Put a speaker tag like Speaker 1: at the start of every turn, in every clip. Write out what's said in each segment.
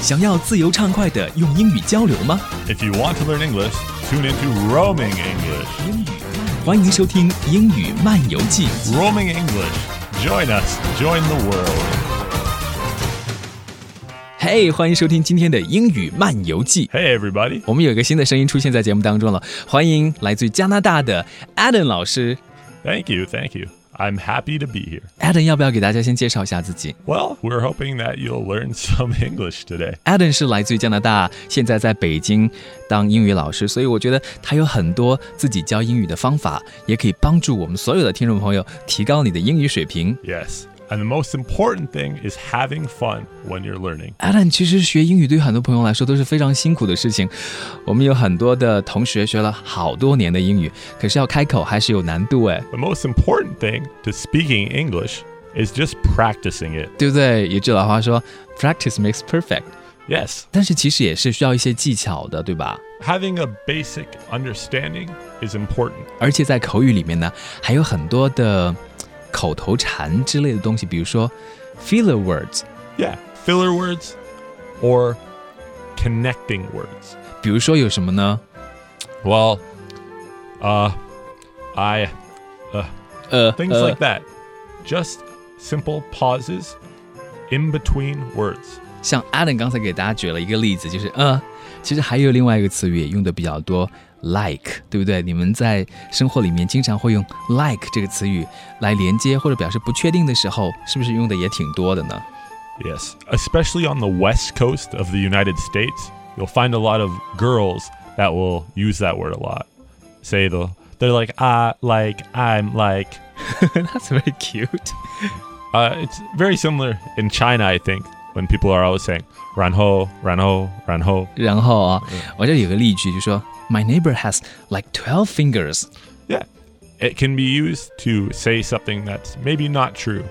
Speaker 1: 想要自由畅快的用英语交流吗？
Speaker 2: If you want to learn English, tune into Roaming English.
Speaker 1: 欢迎收听《英语漫游记》。
Speaker 2: Roaming English. Join us. Join the world.
Speaker 1: Hey，欢迎收听今天的《英语漫游记》。
Speaker 2: Hey, everybody.
Speaker 1: 我们有一个新的声音出现在节目当中了，欢迎来自于加拿大的 Adam 老师。
Speaker 2: Thank you. Thank you. I'm happy to be here.
Speaker 1: Adam 要不要给大家先介绍一下自己
Speaker 2: Well, we're hoping that you'll learn some English today.
Speaker 1: ？Adam 是来自于加拿大，现在在北京当英语老师，所以我觉得他有很多自己教英语的方法，也可以帮助我们所有的听众朋友提高你的英语水平。
Speaker 2: Yes. And the most important thing is having fun when you're learning.
Speaker 1: Alan，其实学英语对于很多朋友来说都是非常辛苦的事情。我们有很多的同学学了好多年的英语，可是要开口还是有难度哎，
Speaker 2: The most important thing to speaking English is just practicing it.
Speaker 1: 对不对？一句老话说 “practice makes perfect”，
Speaker 2: Yes.
Speaker 1: 但是其实也是需要一些技巧的，对吧？
Speaker 2: Having a basic understanding is important.
Speaker 1: 而且在口语里面呢，还有很多的嘖口头禅之类的东西，比如说 filler words，
Speaker 2: Yeah, filler words or connecting words.
Speaker 1: 比如说有什么呢？
Speaker 2: Well, uh, I, uh,
Speaker 1: 呃
Speaker 2: things
Speaker 1: 呃
Speaker 2: like that. Just simple pauses in between words.
Speaker 1: 像 Alan 刚才给大家举了一个例子，就是呃，其实还有另外一个词语也用的比较多，like，对不对？你们在生活里面经常会用 like 这个词语来连接或者表示不确定的时候，是不是用的也挺多的呢？
Speaker 2: Yes, especially on the west coast of the United States, you'll find a lot of girls that will use that word a lot. Say the they're like I like I'm like.
Speaker 1: That's very cute.
Speaker 2: Uh, it's very similar in China, I think, when people are always saying "ranho, ranho, ranho."
Speaker 1: 然后啊，我这里有个例句，就说 My neighbor has like twelve fingers。
Speaker 2: Yeah, it can be used to say something that's maybe not true.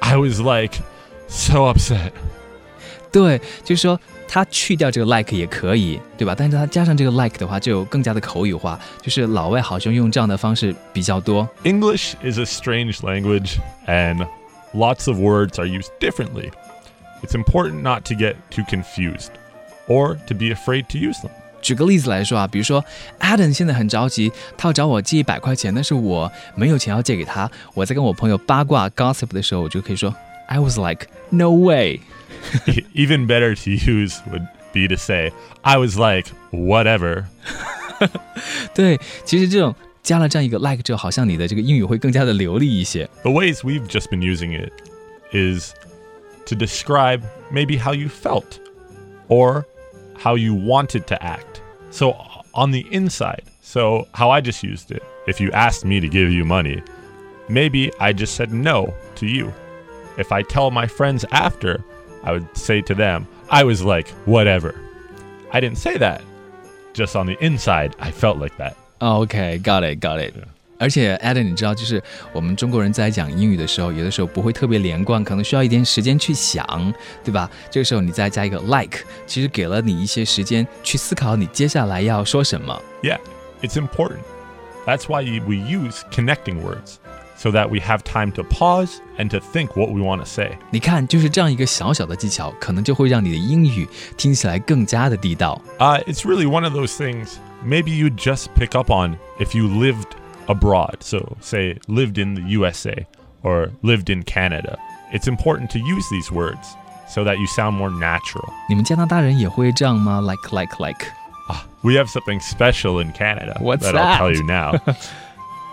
Speaker 2: I was like so upset.
Speaker 1: 对，就是说它去掉这个 like 也可以，对吧？但是它加上这个 like 的话，就有更加的口语化，就是老外好像用这样的方式比较多。
Speaker 2: English is a strange language, and lots of words are used differently. It's important not to get too confused or to be afraid to use them.
Speaker 1: 举个例子来说啊，比如说 Adam 现在很着急，他要找我借一百块钱，但是我没有钱要借给他。我在跟我朋友八卦 gossip 的时候，我就可以说 I was like no way。
Speaker 2: Even better to use would be to say, I was like, whatever.
Speaker 1: 对，其实这种加了这样一个 like 之后，好像你的这个英语会更加的流利一些。
Speaker 2: The ways we've just been using it is to describe maybe how you felt or how you wanted to act. So on the inside, so how I just used it, if you asked me to give you money, maybe I just said no to you. If I tell my friends after, I would say to them, I was like, whatever. I didn't say that. Just on the inside, I felt like that.
Speaker 1: OK，got、it，got it。而且 Adam，你知道，就是我们中国人在讲英语的时候，有的时候不会特别连贯，可能需要一点时间去想，对吧？这个时候你再加一个 like，其实给了你一些时间去思考你接下来要说什么。
Speaker 2: Yeah, it's important. That's why we use connecting words, so that we have time to pause and to think what we want to say.
Speaker 1: 你看，就是这样一个小小的技巧，可能就会让你的英语听起来更加的地道。
Speaker 2: Uh, it's really one of those things maybe you just pick up on if you lived abroad. So, say, lived in the USA or lived in Canada. It's important to use these words so that you sound more natural.
Speaker 1: 你们加拿大人也会这样吗？Like like like，
Speaker 2: Ah, we have something special in Canada
Speaker 1: What's
Speaker 2: that I'll
Speaker 1: that?
Speaker 2: tell you now.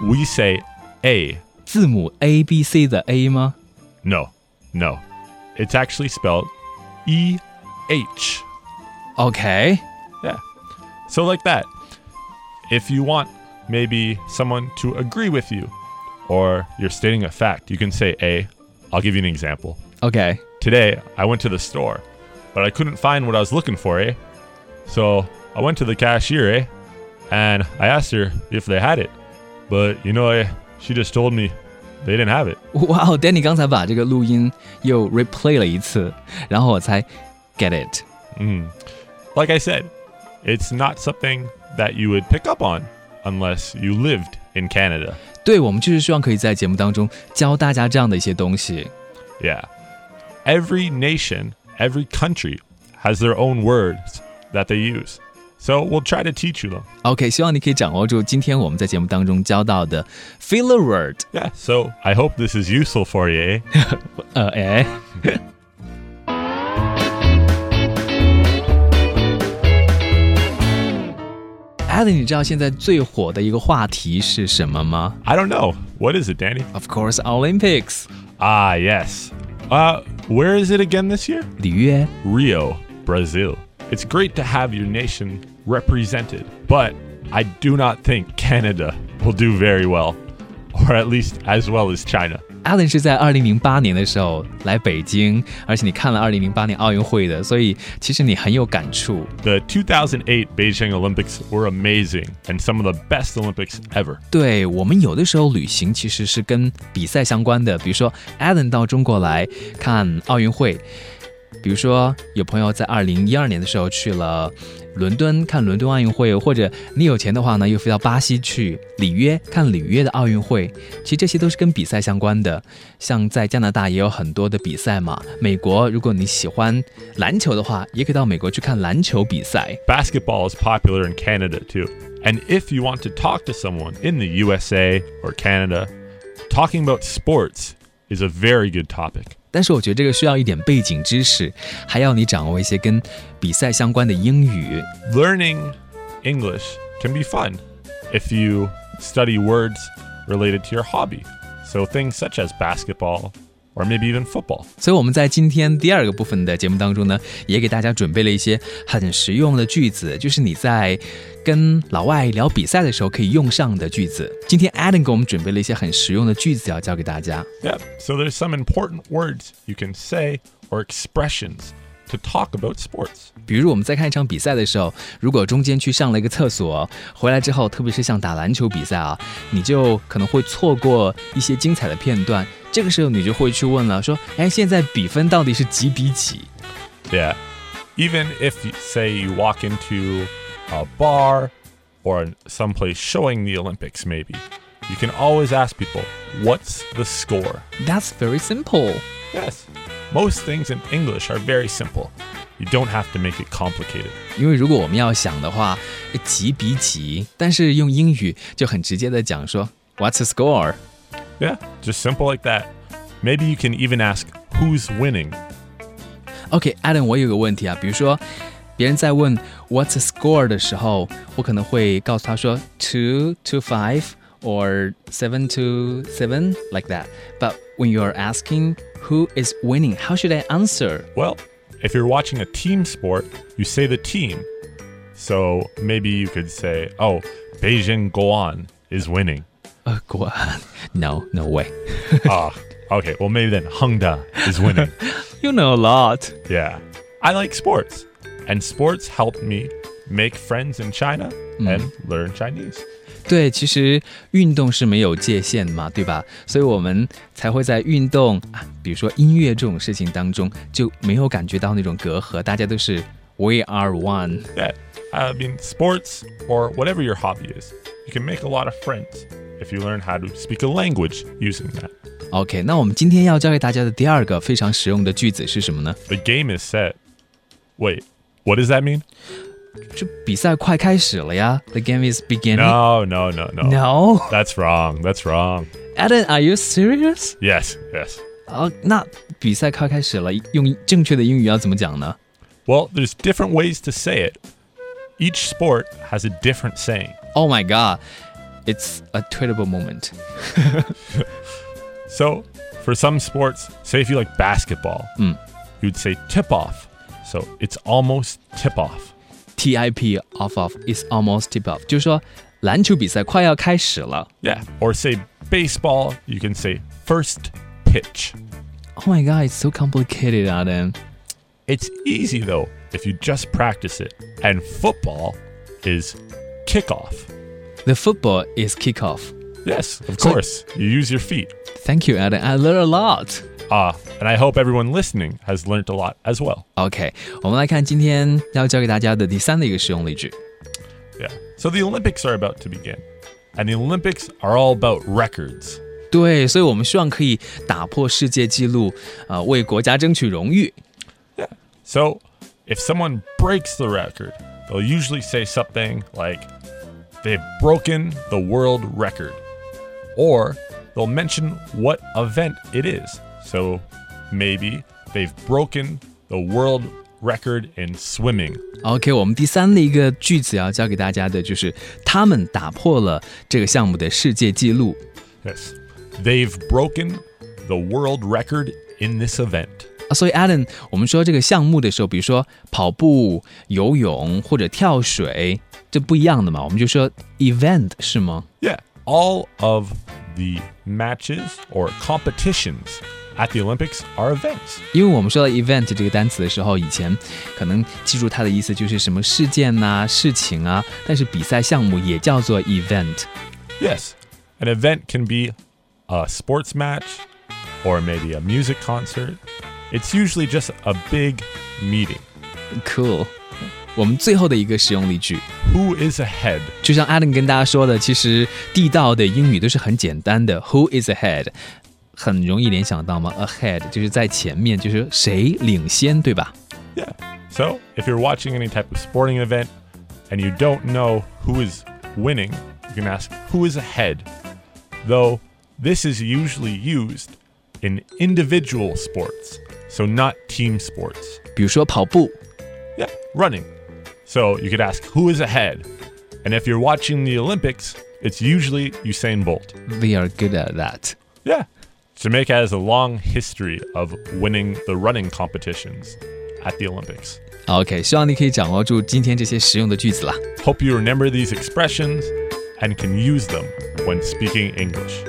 Speaker 2: we say A
Speaker 1: 字母 A B C 的 A 吗？
Speaker 2: No, no. It's actually spelled E H.
Speaker 1: OK，
Speaker 2: Yeah. So, like that. If you want maybe someone to agree with you or you're stating a fact, you can say A. I'll give you an example.
Speaker 1: OK，
Speaker 2: Today, I went to the store, but I couldn't find what I was looking for, eh? So, I went to the cashier, eh? And I asked her if they had it. But, you know, eh, she just told me they didn't have it.
Speaker 1: 哇哦，Danny 刚才把这个录音又 replay 了一次，然后我才 get it。
Speaker 2: Mm. Like I said, it's not something that you would pick up on unless you lived in Canada.
Speaker 1: 对，我们就是希望可以在节目当中教大家这样的一些东西。
Speaker 2: Yeah. Every nation, every country has their own words that they use. So we'll try to teach you them.
Speaker 1: OK，希望你可以掌握住今天我们在节目当中教到的 filler word。
Speaker 2: Yeah, so I hope this is useful for you, eh?
Speaker 1: 呃， 哎。艾伦，你知道现在最火的一个话题是什么吗
Speaker 2: I don't know. What is it, Danny?
Speaker 1: ？Of course, Olympics，
Speaker 2: Ah, yes. Uh, where is it again this year?
Speaker 1: 里约。
Speaker 2: Rio, Brazil. It's great to have your nation represented, but I do not think Canada will do very well, or at least as well as China.
Speaker 1: Allen 是在二零零八年的时候来北京，而且你看了二零零八年奥运会的，所以其实你很有感触。
Speaker 2: The 2008 Beijing Olympics were amazing and some of the best Olympics ever.
Speaker 1: 对我们有的时候旅行其实是跟比赛相关的，比如说 Allen 到中国来看奥运会，比如说有朋友在二零一二年的时候去了伦敦看伦敦奥运会，或者你有钱的话呢，又飞到巴西去里约看里约的奥运会。其实这些都是跟比赛相关的，像在加拿大也有很多的比赛嘛。美国，如果你喜欢篮球的话，也可以到美国去看篮球比赛。
Speaker 2: Basketball is popular in Canada too. And if you want to talk to someone in the USA or Canada, talking about sports is a very good topic.
Speaker 1: 但是我觉得这个需要一点背景知识，还要你掌握一些跟比赛相关的英语。
Speaker 2: Learning English can be fun if you study words related to your hobby. So things such as basketball or maybe even football.
Speaker 1: 所以我们在今天第二个部分的节目当中呢，也给大家准备了一些很实用的句子，就是你在跟老外聊比赛的时候可以用上的句子。今天 Adam 给我们准备了一些很实用的句子要教给大家。
Speaker 2: Yep. So there's some important words you can say or expressions to talk about sports.
Speaker 1: 比如我们在看一场比赛的时候，如果中间去上了一个厕所，回来之后，特别是像打篮球比赛啊，你就可能会错过一些精彩的片段。这个时候你就会去问了，说：“哎，现在比分到底是几比几
Speaker 2: Yeah. Even if you say you walk into a bar or in someplace showing the Olympics maybe, you can always ask people, "What's the score?"
Speaker 1: ？”That's very simple。
Speaker 2: Yes. Most things in English are very simple. You don't have to make it complicated.
Speaker 1: 因为如果我们要想的话，几比几，但是用英语就很直接的讲说 What's the score？
Speaker 2: Yeah, just simple like that. Maybe you can even ask who's winning.
Speaker 1: OK，Adam，、我有个问题啊，比如说别人在问 What's the score 的时候，我可能会告诉他说 two to five or seven to seven like that。But when you are asking who is winning, how should I answer？
Speaker 2: Well, if you're watching a team sport, you say the team. So maybe you could say, oh, Beijing Guan is winning.
Speaker 1: 呃，果然，No，No way。
Speaker 2: Ah, okay, well, maybe then Hengda is winning.
Speaker 1: You know a lot。
Speaker 2: yeah. I like sports, and sports helped me make friends in China and learn Chinese.
Speaker 1: 对，其实运动是没有界限嘛，对吧？所以我们才会在运动啊，比如说音乐这种事情当中，就没有感觉到那种隔阂，大家都是 we are one。
Speaker 2: Yeah, uh, I mean, sports or whatever your hobby is, you can make a lot of friends if you learn how to speak a language using that.
Speaker 1: OK，那我们今天要教给大家的第二个非常实用的句子是什么呢？
Speaker 2: The game is set. Wait, what does that mean?
Speaker 1: 就比赛快开始了呀，The game is beginning。
Speaker 2: No, no, no, no.
Speaker 1: No,
Speaker 2: That's wrong. That's wrong.
Speaker 1: Adam, are you serious？
Speaker 2: Yes, yes.
Speaker 1: 啊、那比赛快开始了，用正确的英语要怎么讲呢？
Speaker 2: Well, there's different ways to say it. Each sport has a different saying.
Speaker 1: Oh my god, it's a terrible moment.
Speaker 2: So, for some sports, say if you like basketball, you'd say tip off. So, it's almost tip off.
Speaker 1: TIP off of is almost tip off，就是说篮球比赛快要开始了。
Speaker 2: Yeah. Or say baseball, you can say first pitch.
Speaker 1: Oh my god, it's so complicated, Adam.
Speaker 2: It's easy though if you just practice it. And football is kickoff.
Speaker 1: The football is kickoff.
Speaker 2: Yes, of
Speaker 1: So-
Speaker 2: course. You use your feet.
Speaker 1: Thank you, Adam. I learned a lot.
Speaker 2: Ah, and I hope everyone listening has learnt a lot as well.
Speaker 1: OK，我们来看今天要教给大家的第三的一个实用例句。
Speaker 2: Yeah. So the Olympics are about to begin. And the Olympics are all about records.
Speaker 1: 对，所以我们希望可以打破世界纪录，呃，为国家争取荣誉。
Speaker 2: So If someone breaks the record, they'll usually say something like, they've broken the world record. Or they'll mention what event it is. So maybe they've broken the world record in swimming.
Speaker 1: OK，我们第三的一个句子要教给大家的就是，他们打破了这个项目的世界纪录。
Speaker 2: Yes. They've broken the world record in this event.
Speaker 1: 啊，所以 Alan，我们说这个项目的时候，比如说跑步、游泳或者跳水，这不一样的嘛，我们就说 event 是吗？
Speaker 2: Yeah. All of the matches or competitions at the Olympics are events.
Speaker 1: 因为我们说到 event 这个单词的时候，以前可能记住它的意思就是什么事件呐、事情啊，但是比赛项目也叫做 event。
Speaker 2: Yes. An event can be a sports match or maybe a music concert. It's usually just a big meeting.
Speaker 1: Cool。我们最后的一个实用例句，
Speaker 2: Who is ahead?
Speaker 1: 就像 Adam 跟大家说的，其实地道的英语都是很简单的，Who is ahead，很容易联想到嘛，ahead 就是在前面，就是谁领先，对吧？
Speaker 2: Yeah. So if you're watching any type of sporting event and you don't know who is winning, you can ask who is ahead. Though this is usually used in individual sports, so not team sports.
Speaker 1: 比如说跑步，
Speaker 2: Yeah, running. So you could ask who is ahead. And if you're watching the Olympics, it's usually Usain Bolt.
Speaker 1: They are good at that.
Speaker 2: Yeah. Jamaica has a long history of winning the running competitions at the Olympics.
Speaker 1: OK，希望你可以掌握住今天这些实用的句子啦。
Speaker 2: Hope you remember these expressions and can use them when speaking English.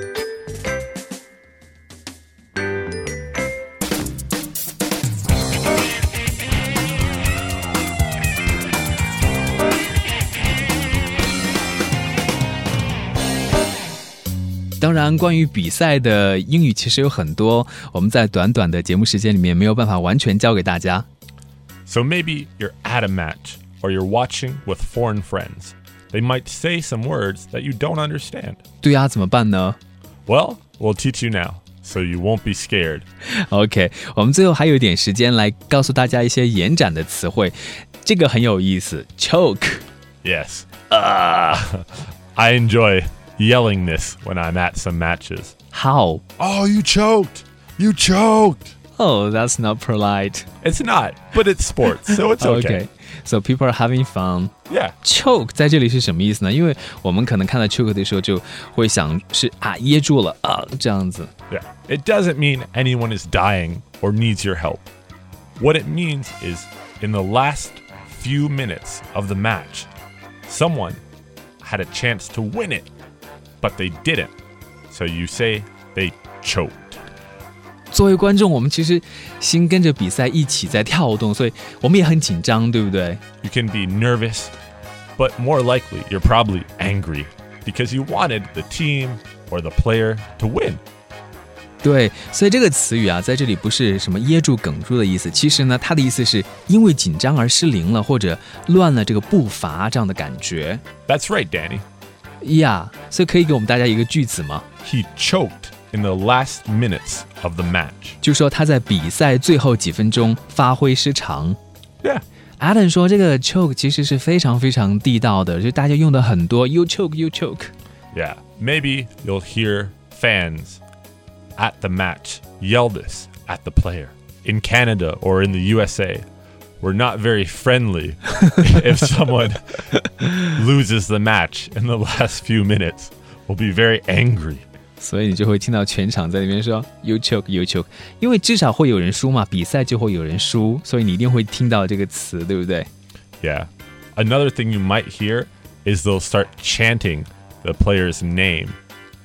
Speaker 1: Yes. 当然，关于比赛的英语其实有很多，我们在短短的节目时间里面没有办法完全教给大家。
Speaker 2: So maybe you're at a match or you're watching with foreign friends. They might say some words that you don't understand.
Speaker 1: 对啊，怎么办呢
Speaker 2: Well, we'll teach you now so you won't be scared.
Speaker 1: ？OK，我们最后还有一点时间来告诉大家一些延展的词汇，这个很有意思，choke。
Speaker 2: Yes. Ah, I enjoy yelling this when I'm at some matches.
Speaker 1: How?
Speaker 2: Oh, you choked. You choked.
Speaker 1: Oh, that's not polite.
Speaker 2: It's not, but it's sports, so it's Oh, okay.
Speaker 1: So people are having fun.
Speaker 2: Yeah.
Speaker 1: choke 在这里是什么意思呢？因为我们可能看到 choke 的时候，就会想是啊噎住了啊这样子。
Speaker 2: Yeah. It doesn't mean anyone is dying or needs your help. What it means is in the last few minutes of the match, someone had a chance to win it, but they didn't. So you say they choked.
Speaker 1: 作为观众，我们其实心跟着比赛一起在跳动，所以我们也很紧张，对不对
Speaker 2: You can be nervous, but more likely you're probably angry because you wanted the team or the player to win.
Speaker 1: 对，所以这个词语啊，在这里不是什么噎住、哽住的意思，其实呢，它的意思是因为紧张而失灵了，或者乱了这个步伐这样的感觉
Speaker 2: That's right, Danny.
Speaker 1: 呀。所以可以给我们大家一个句子吗？
Speaker 2: He choked in the last minutes of the match.
Speaker 1: 就说他在比赛最后几分钟发挥失常。
Speaker 2: Yeah.
Speaker 1: Adam 说，这个 choke 其实是非常非常地道的，就大家用的很多，you choke，you choke。
Speaker 2: Yeah, maybe you'll hear fans at the match yell this at the player. In Canada or in the USA, we're not very friendly if someone loses the match in the last few minutes. We'll be very angry.
Speaker 1: 所以你就会听到全场在那边说 “you choke, you choke”，因为至少会有人输嘛，比赛就会有人输，所以你一定会听到这个词，对不对？
Speaker 2: Yeah. Another thing you might hear is they'll start chanting the player's name.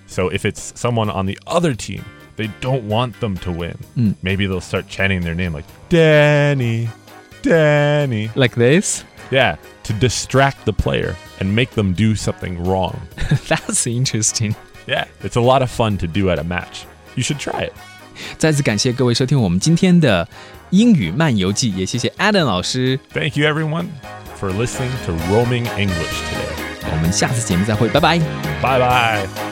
Speaker 2: So if it's someone on the other team, they don't want them to win. Maybe they'll start chanting their name like Danny, Danny.
Speaker 1: Like this,
Speaker 2: Yeah, to distract the player and make them do something wrong.
Speaker 1: that's interesting.
Speaker 2: Yeah, it's a lot of fun to do at a match. You should try it.
Speaker 1: 再次感谢各位收听我们今天的英语漫游记，也谢谢 Adam 老师。
Speaker 2: Thank you everyone for listening to Roaming English today.
Speaker 1: 我们下次节目再会，拜拜。
Speaker 2: Bye bye.